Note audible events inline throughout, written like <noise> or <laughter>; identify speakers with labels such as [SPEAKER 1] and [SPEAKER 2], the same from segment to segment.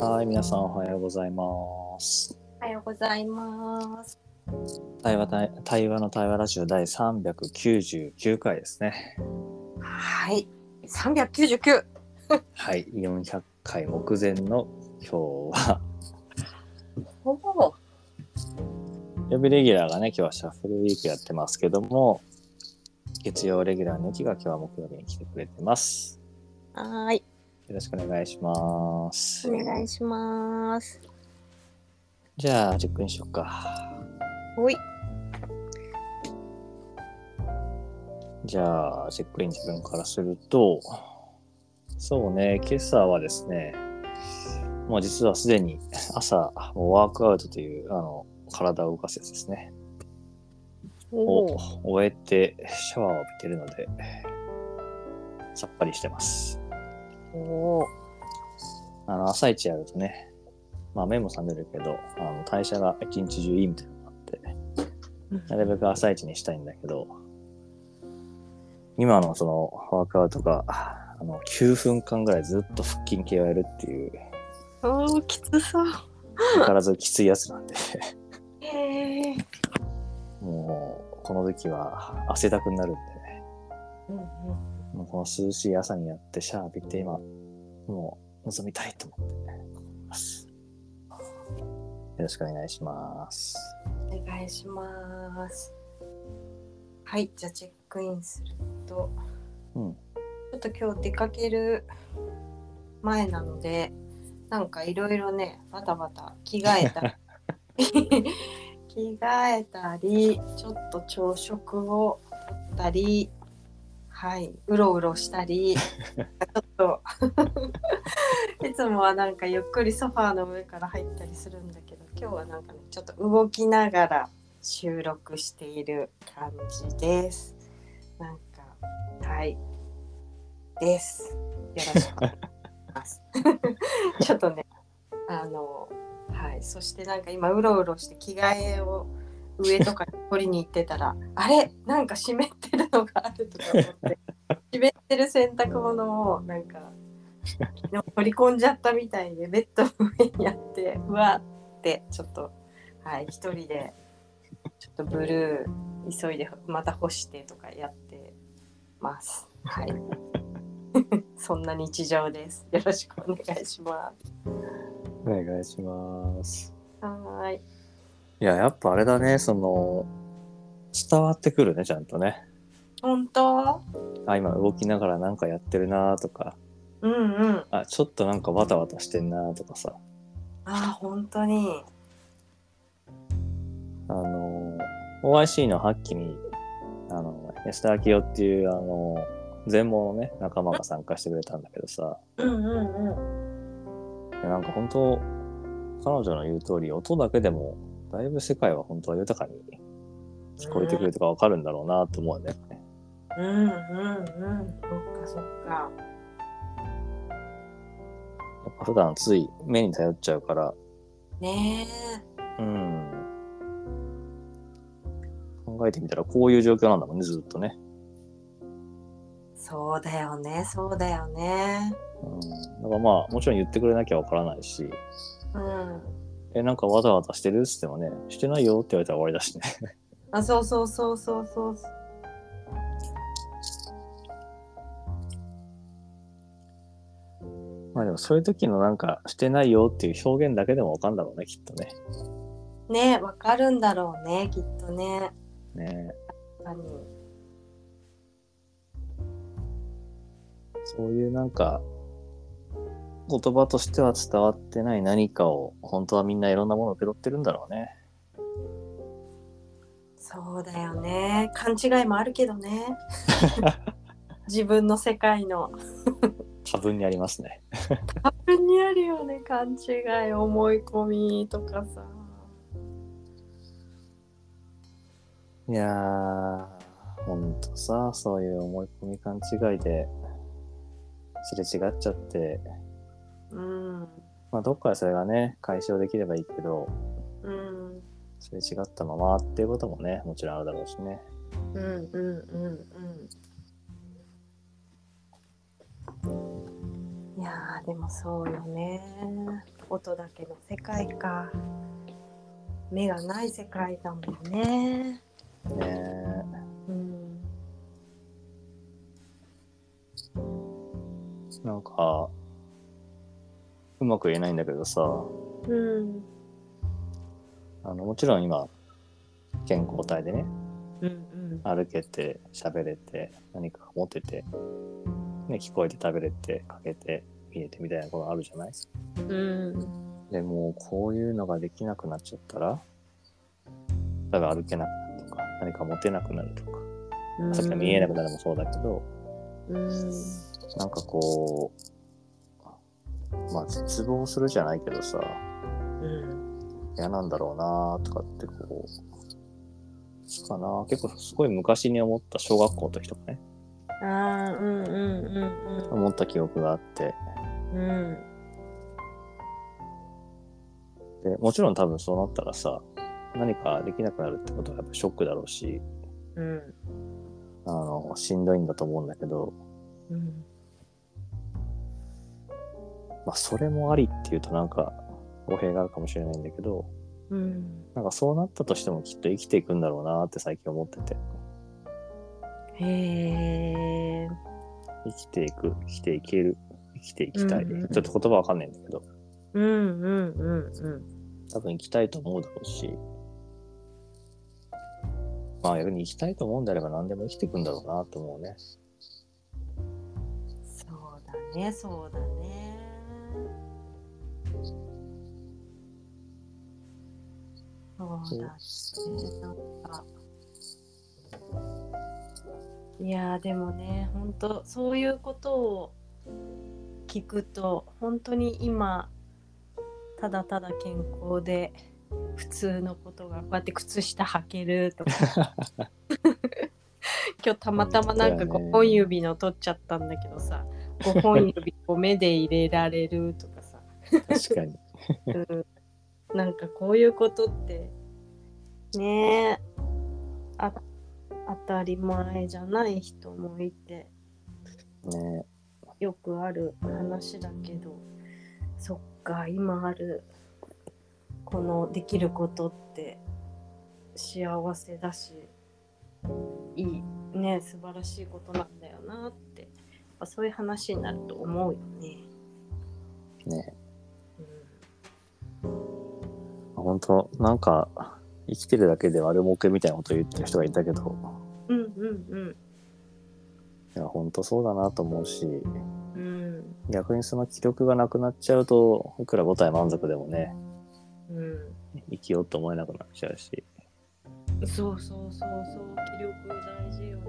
[SPEAKER 1] はい、皆さんおはようございます。
[SPEAKER 2] おはようございます。
[SPEAKER 1] 対話対対話の対話ラジオ第399回ですね。
[SPEAKER 2] はい、三百九十九。
[SPEAKER 1] はい、400回目前の今日は、 <laughs>
[SPEAKER 2] おお、
[SPEAKER 1] 予備レギュラーがね、今日はシャッフルウィークやってますけども、月曜レギュラーのきが今日は木曜日に来てくれてます。
[SPEAKER 2] はーい、
[SPEAKER 1] よろしくお願いします
[SPEAKER 2] お。願いします。
[SPEAKER 1] じゃあ、チェックインしよっか。
[SPEAKER 2] おい、
[SPEAKER 1] じゃあ、チェックイン自分からすると、そうね、今朝はですね、もう実はすでに朝、もうワークアウトという、あの、体を動かすやつですね。
[SPEAKER 2] お
[SPEAKER 1] を
[SPEAKER 2] お、
[SPEAKER 1] 終えて、シャワーを浴びてるので、さっぱりしてます。
[SPEAKER 2] おお、
[SPEAKER 1] あの、朝一やるとね、まあ目も覚めるけど、あの代謝が一日中いいみたいなのがあって、なるべく朝一にしたいんだけど、今のそのワークアウトが、あの、9分間ぐらいずっと腹筋系をやるっていう、
[SPEAKER 2] おお、きつそう。
[SPEAKER 1] 相変わらずきついやつなんで、 <laughs>
[SPEAKER 2] へえ。
[SPEAKER 1] もう、この時は汗だくになるんでね、
[SPEAKER 2] うんうん。
[SPEAKER 1] もうこの涼しい朝にやってシャワー浴びて今、もう望みたいと思ってます。よろしくお願いします。
[SPEAKER 2] お願いします。はい、じゃあチェックインすると、
[SPEAKER 1] うん。
[SPEAKER 2] ちょっと今日出かける前なので、なんかいろいろね、バタバタ着替えたり、着替えたり、ちょっと朝食をとったり、はい、うろうろしたり、ちょっと <laughs> いつもはなんかゆっくりソファーの上から入ったりするんだけど、今日はなんかね、ちょっと動きながら収録している感じです。なんか、はい。です。よろしくお願いします。ちょっとね、あの、はい、そしてなんか今うろうろして着替えを上とかに取りに行ってたら、 <laughs> あれなんか湿ってるのがあるとか思って、湿ってる洗濯物をなんか、昨日取り込んじゃったみたいで、ベッドの上にあって、うわって、ちょっと、はい、一人で、ちょっとブルー、急いでまた干してとかやってます。はい。そんな日常です。よろしくお願いします。
[SPEAKER 1] お願いします。
[SPEAKER 2] はーい。
[SPEAKER 1] いや、やっぱあれだね、その、伝わってくるね、ちゃんとね。
[SPEAKER 2] 本当
[SPEAKER 1] あ、今動きながらなんかやってるなとか、
[SPEAKER 2] うんうん。
[SPEAKER 1] あ、ちょっとなんかバタバタしてんなとかさ、
[SPEAKER 2] あー、本当に。
[SPEAKER 1] あの、OIC のハッキに、あの、安田明夫っていう、あの、全盲のね、仲間が参加してくれたんだけどさ、
[SPEAKER 2] うんうんうん。
[SPEAKER 1] いやなんか本当、彼女の言う通り、音だけでも、だいぶ世界は本当は豊かに聞こえてくるとかわかるんだろうなと思うんだよね。
[SPEAKER 2] うんうんうん。そっかそっか。
[SPEAKER 1] やっぱ普段つい目に頼っちゃうから、
[SPEAKER 2] ね
[SPEAKER 1] うん。考えてみたらこういう状況なんだもんね、ずっとね。
[SPEAKER 2] え。そうだよね。そうだよね。
[SPEAKER 1] うん。だからまあ、もちろん言ってくれなきゃわからないし、
[SPEAKER 2] うん。
[SPEAKER 1] え、なんかわざわざしてるっつってもね、してないよって言われたら終わりだしね。 <laughs>
[SPEAKER 2] あ、そうそうそうそうそう。
[SPEAKER 1] まあでもそういう時のなんか、してないよっていう表現だけでもわかるんだろうね、きっとね。
[SPEAKER 2] ねえ、わかるんだろうね。きっとね。
[SPEAKER 1] ね
[SPEAKER 2] あの
[SPEAKER 1] そういうなんか、言葉としては伝わってない何かを、本当はみんないろんなものを受け取ってるんだろうね。
[SPEAKER 2] そうだよね。勘違いもあるけ
[SPEAKER 1] <laughs>
[SPEAKER 2] どね。自分の世界の。
[SPEAKER 1] 多分にありますね。
[SPEAKER 2] 多分にあるよね勘違い思い込みとかさ
[SPEAKER 1] いやー、ほんとさ、そういう思い込み勘違いで、すれ違っちゃって、
[SPEAKER 2] うん
[SPEAKER 1] まあどっかでそれがね、解消できればいいけど、
[SPEAKER 2] うん
[SPEAKER 1] すれ違ったままっていうこともね、もちろんあるだろうしね。
[SPEAKER 2] うんうんうんうんいやーでもそうよね音だけの世界か目がない世界だもんね
[SPEAKER 1] ね
[SPEAKER 2] うん
[SPEAKER 1] えなんかうまく言えないんだけどさ
[SPEAKER 2] うん
[SPEAKER 1] あのもちろん今健康体でね
[SPEAKER 2] うんうん
[SPEAKER 1] 歩けて喋れて何か持てて、ね、聞こえて食べれてかけて見えてみたいなことあるじゃない
[SPEAKER 2] うん
[SPEAKER 1] でもうこういうのができなくなっちゃったらだから歩けなくなるとか何か持てなくなるとかさっきの見えなくなるもそうだけど、
[SPEAKER 2] うん
[SPEAKER 1] なんかこうまあ絶望するじゃないけどさ
[SPEAKER 2] うん
[SPEAKER 1] 嫌なんだろうなーとかってこうそうかな結構すごい昔に思った小学校の時とかね
[SPEAKER 2] あーうんうん
[SPEAKER 1] 思った記憶があって
[SPEAKER 2] うんうん
[SPEAKER 1] でもちろん多分そうなったらさ何かできなくなるってことはやっぱショックだろうし
[SPEAKER 2] うん
[SPEAKER 1] あのしんどいんだと思うんだけど、
[SPEAKER 2] うん
[SPEAKER 1] まあ、それもありっていうとなんか語弊があるかもしれないんだけど
[SPEAKER 2] うん
[SPEAKER 1] なんかそうなったとしてもきっと生きていくんだろうなって最近思ってて
[SPEAKER 2] へえ
[SPEAKER 1] 生きていく生きていける生きていきたい、
[SPEAKER 2] うんうんうん
[SPEAKER 1] ちょっと言葉わかんないんだけど
[SPEAKER 2] うんうんうん
[SPEAKER 1] 多分生きたいと思うだろうしまあ逆に生きたいと思うんであれば何でも生きていくんだろうなと思うね
[SPEAKER 2] うんそうだねそうだねそうだねなんかいやーでもね本当そういうことを聞くと本当に今ただただ健康で普通のことがこうやって靴下履けるとか今日たまたまなん
[SPEAKER 1] そ
[SPEAKER 2] か
[SPEAKER 1] うだよね
[SPEAKER 2] 5本指の取っちゃったんだけどさ5本指を目で入れられるとかさ
[SPEAKER 1] 確
[SPEAKER 2] <laughs>
[SPEAKER 1] かに
[SPEAKER 2] うんなんかこういうことってねえあ当たり前じゃない人もいて
[SPEAKER 1] ね
[SPEAKER 2] よくある話だけどそっか今あるこのできることって幸せだしいいね素晴らしいことなんだよなってやっぱそういう話になると思うよね。
[SPEAKER 1] ね本当なんか生きてるだけで悪儲けみたいなこと言ってる人がいたけど
[SPEAKER 2] うん、うん、うん
[SPEAKER 1] いや本当そうだなと思うし
[SPEAKER 2] うんうん
[SPEAKER 1] 逆にその気力がなくなっちゃうといくら五体満足でもね
[SPEAKER 2] うん
[SPEAKER 1] 生きようと思えなくなっちゃうし
[SPEAKER 2] そうそうそうそう気力大事よね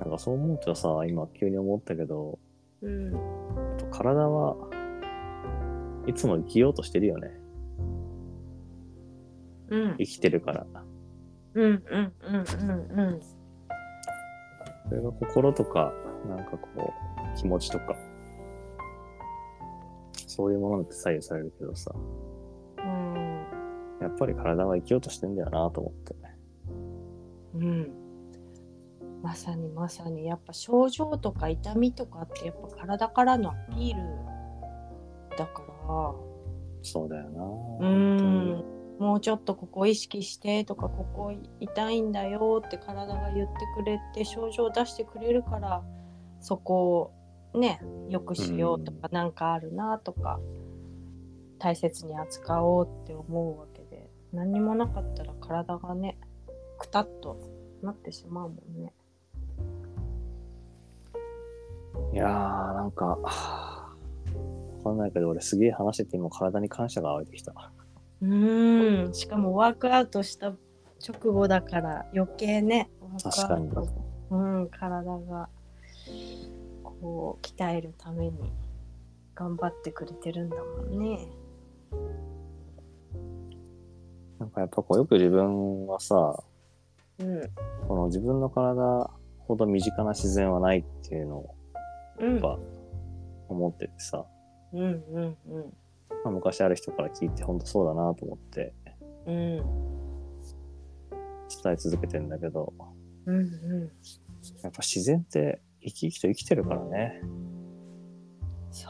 [SPEAKER 1] なんかそう思うとさ今急に思ったけど
[SPEAKER 2] うん
[SPEAKER 1] 体はいつも生きようとしてるよね
[SPEAKER 2] うん
[SPEAKER 1] 生きてるから
[SPEAKER 2] うんうんうんうん
[SPEAKER 1] それが心とかなんかこう気持ちとかそういうものって左右されるけどさ
[SPEAKER 2] うん
[SPEAKER 1] やっぱり体は生きようとしてんだよなと思って
[SPEAKER 2] うんうんまさにまさにやっぱ症状とか痛みとかってやっぱ体からのアピールだか
[SPEAKER 1] そうだよな
[SPEAKER 2] らうんもうちょっとここ意識してとかここ痛いんだよって体が言ってくれて症状を出してくれるからそこをねよくしようとかなんかあるなとか大切に扱おうって思うわけで何もなかったら体がねくたっとなってしまうもんね。
[SPEAKER 1] いやーなんかはぁわかんないけど俺すげえ話してて今体に感謝が湧いてきた
[SPEAKER 2] うーんしかもワークアウトした直後だから余計ね
[SPEAKER 1] 確かに
[SPEAKER 2] ワークアウトうん、体がこう鍛えるために頑張ってくれてるんだもんね。
[SPEAKER 1] なんかやっぱこうよく自分はさ
[SPEAKER 2] うん、
[SPEAKER 1] この自分の体ほど身近な自然はないっていうのを
[SPEAKER 2] う
[SPEAKER 1] やっ
[SPEAKER 2] ん、
[SPEAKER 1] ぱ思っててさ、
[SPEAKER 2] うん、うん、うん
[SPEAKER 1] まあ、昔ある人から聞いてほんとそうだなと思って
[SPEAKER 2] うん、
[SPEAKER 1] 伝え続けてんだけど
[SPEAKER 2] うん、うん、
[SPEAKER 1] やっぱ自然って生き生きと生きてるからね
[SPEAKER 2] そ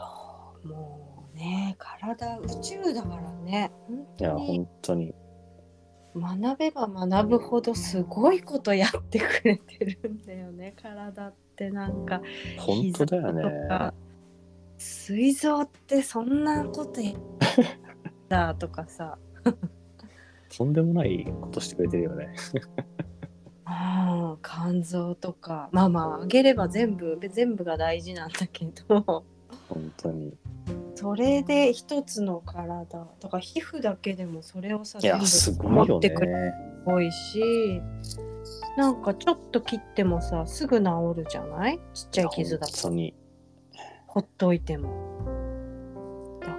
[SPEAKER 2] ね体宇宙だからね本
[SPEAKER 1] いや、
[SPEAKER 2] 当に
[SPEAKER 1] 本当に。
[SPEAKER 2] 学べば学ぶほどすごいことやってくれてるんだよね体ってなんか
[SPEAKER 1] 本当だよね。
[SPEAKER 2] 膝とか膵臓ってそんなことやだとかさ <laughs>
[SPEAKER 1] とんでもないことしてくれてるよね。
[SPEAKER 2] うん肝臓とかまあまああげれば全部全部が大事なんだけど <laughs>
[SPEAKER 1] 本当に。
[SPEAKER 2] それで一つの体とか皮膚だけでもそれをさ
[SPEAKER 1] いや、す
[SPEAKER 2] 全部
[SPEAKER 1] ごい
[SPEAKER 2] 持
[SPEAKER 1] よ
[SPEAKER 2] ってくれる
[SPEAKER 1] ね。
[SPEAKER 2] っぽいしなんかちょっと切ってもさすぐ治るじゃないちっちゃい傷だと
[SPEAKER 1] 本当に。
[SPEAKER 2] ほっといてもだか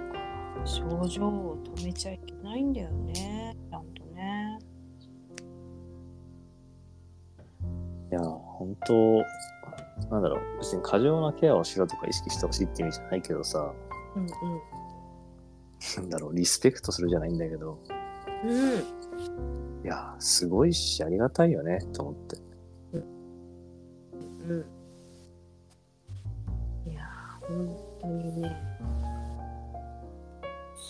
[SPEAKER 2] ら症状を止めちゃいけないんだよねちゃんとね
[SPEAKER 1] いや、本当なんだろう。別に過剰なケアをしろとか意識してほしいって意味じゃないけどさ、
[SPEAKER 2] うん
[SPEAKER 1] なんだろう、リスペクトするじゃないんだけど、
[SPEAKER 2] うんうん
[SPEAKER 1] いや、すごいし、ありがたいよね、と思って。
[SPEAKER 2] いやー本当にね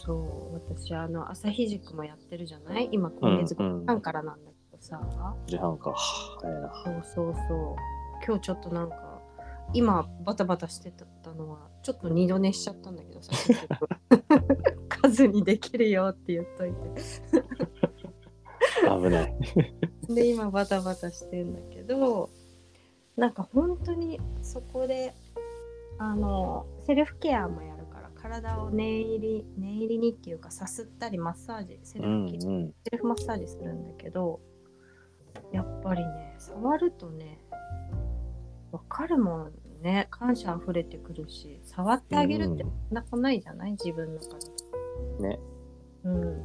[SPEAKER 2] そう私あの朝日塾もやってるじゃない今今月
[SPEAKER 1] うんうん
[SPEAKER 2] 5時からなんだけどさ、
[SPEAKER 1] 時半か。はあ早いな。
[SPEAKER 2] そうそうそう今日ちょっとなんか今バタバタしてたのはちょっと二度寝しちゃったんだけどさ結局数にできるよって言っといて
[SPEAKER 1] 危
[SPEAKER 2] <laughs>
[SPEAKER 1] ない。
[SPEAKER 2] で今バタバタしてんだけどなんか本当にそこであのセルフケアもやるから体を念入り念入りにっていうかさすったりマッサージセル
[SPEAKER 1] う
[SPEAKER 2] フ
[SPEAKER 1] ん
[SPEAKER 2] ケア
[SPEAKER 1] うん。
[SPEAKER 2] セルフマッサージするんだけどやっぱりね触るとねわかるもんね感謝溢れてくるし触ってあげるって
[SPEAKER 1] うん
[SPEAKER 2] なかなかないじゃない自分の体
[SPEAKER 1] ね
[SPEAKER 2] うん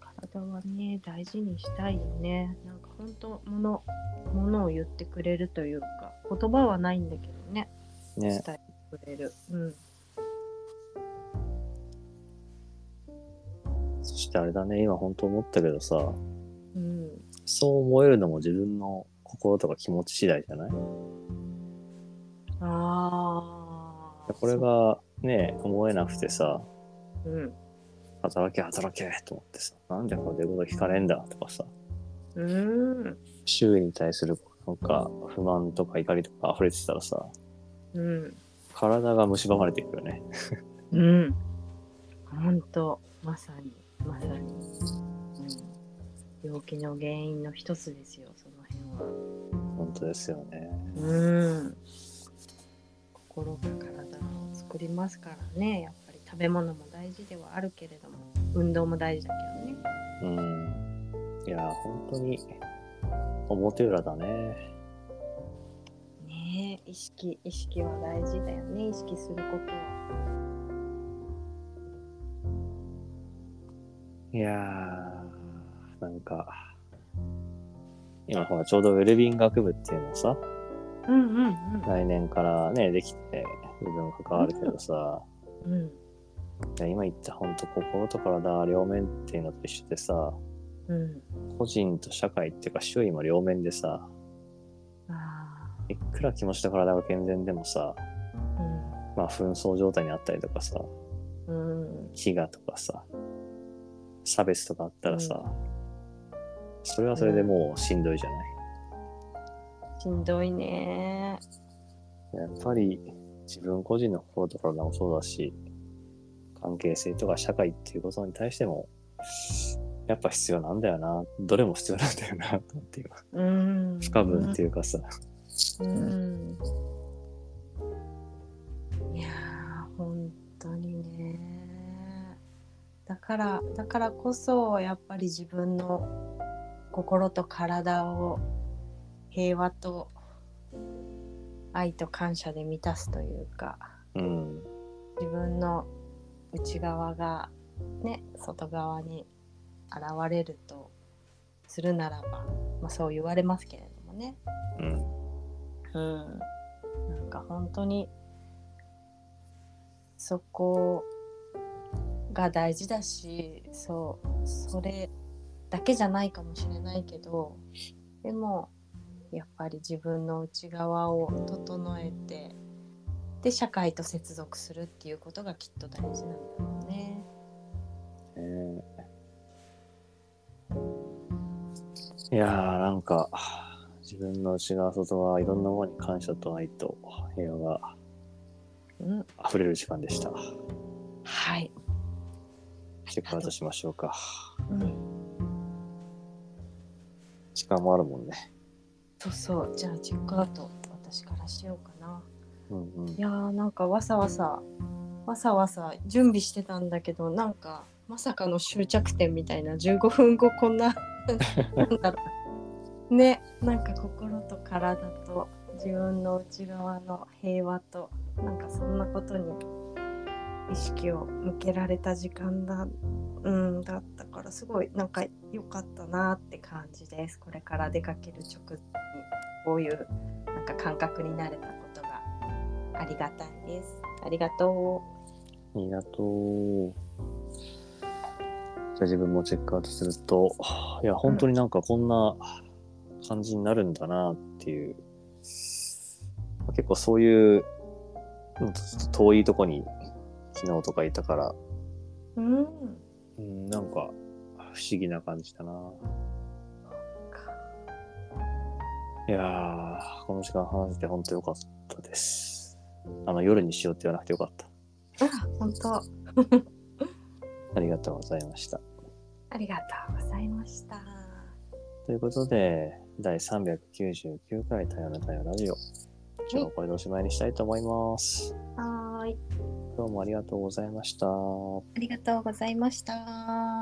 [SPEAKER 2] 体はね大事にしたいよねなんかほんとものものを言ってくれるというか言葉はないんだけどね
[SPEAKER 1] ね。
[SPEAKER 2] 伝えてくれる、うん
[SPEAKER 1] そしてあれだね、今本当思ったけどさ、
[SPEAKER 2] うん
[SPEAKER 1] そう思えるのも自分の心とか気持ち次第じゃない
[SPEAKER 2] ああ
[SPEAKER 1] これがね、思えなくてさ、
[SPEAKER 2] うん
[SPEAKER 1] 働け働けと思ってさ、なんでこれでこと聞かねえんだとかさ、
[SPEAKER 2] うーん
[SPEAKER 1] 周囲に対するなんか不満とか怒りとか溢れてたらさ、
[SPEAKER 2] うん
[SPEAKER 1] 体が蝕まれていくよね。
[SPEAKER 2] うんほんとまさにまさに、うん、病気の原因の一つですよその
[SPEAKER 1] 本当ですよね。
[SPEAKER 2] 辺はうん心が体を作りますからねやっぱり食べ物も大事ではあるけれども運動も大事だけどね
[SPEAKER 1] うん。いや、本当に表裏だね。
[SPEAKER 2] ねえ意識意識は大事だよね意識することはい
[SPEAKER 1] やー、なんか、今ほらちょうどウェルビーイング学部っていうのさ、
[SPEAKER 2] うんうん
[SPEAKER 1] 来年からね、できて、自分も関わるけどさ、
[SPEAKER 2] うんうん
[SPEAKER 1] いや今言ったほんと心と体両面っていうのと一緒でさ、
[SPEAKER 2] う
[SPEAKER 1] 個人と社会っていうか周囲も両面でさ、
[SPEAKER 2] んあ
[SPEAKER 1] いくら気持ちと体が健全でもさ、
[SPEAKER 2] あ
[SPEAKER 1] まあ紛争状態にあったりとかさ、
[SPEAKER 2] うんうん
[SPEAKER 1] 飢餓とかさ、差別とかあったらさ、それはそれでもうしんどいじゃない。
[SPEAKER 2] しんどいね
[SPEAKER 1] やっぱり自分個人の心と体もそうだし、関係性とか社会っていうことに対しても、やっぱ必要なんだよな。どれも必要なんだよな、と思って今。
[SPEAKER 2] うん
[SPEAKER 1] 不可分っていうかさ。
[SPEAKER 2] うんいやー本当にねだからだからこそやっぱり自分の心と体を平和と愛と感謝で満たすというか
[SPEAKER 1] うん。
[SPEAKER 2] 自分の内側がね外側に現れるとするならば、まあ、そう言われますけれどもね
[SPEAKER 1] うん。
[SPEAKER 2] うん、なんか本当にそこが大事だしそうそれだけじゃないかもしれないけどでもやっぱり自分の内側を整えてで社会と接続するっていうことがきっと大事なんだろうね。
[SPEAKER 1] えいやーなんか自分の内側外側いろんなものに感謝と愛と平和が
[SPEAKER 2] うん、
[SPEAKER 1] 溢れる時間でした
[SPEAKER 2] はい。
[SPEAKER 1] チェックアウトしましょうか
[SPEAKER 2] うん、
[SPEAKER 1] 時間もあるもんね
[SPEAKER 2] そうそう。じゃあチェックアウト私からしようかな。
[SPEAKER 1] うんうん
[SPEAKER 2] いやーなんかわさわさわさわさ準備してたんだけどなんかまさかの終着点みたいな15分後こ
[SPEAKER 1] <laughs>
[SPEAKER 2] んななんだろうねなんか心と体と自分の内側の平和となんかそんなことに意識を向けられた時間だ,、うん、だったからすごいなんか良かったなって感じですこれから出かける直前にこういうなんか感覚になれたことがありがたいです。ありがと
[SPEAKER 1] ありがとうじゃあ自分もチェックアウトするといや本当になんかこんな感じになるんだなっていうまあ結構そういううんちょっと遠いとこに昨日とかいたから
[SPEAKER 2] う。うん。
[SPEAKER 1] うん、なんか、不思議な感じだな。いやー、この時間話して本当よかったです。あの、夜にしようって言わなくてよかった。
[SPEAKER 2] 本当
[SPEAKER 1] ありがとうございました。
[SPEAKER 2] ありがとうございました。
[SPEAKER 1] ということで、第399回太陽の太陽ラジオ。今日はこれでおしまいにしたいと思います。
[SPEAKER 2] はーい。
[SPEAKER 1] どうもありがとうございました。
[SPEAKER 2] ありがとうございました。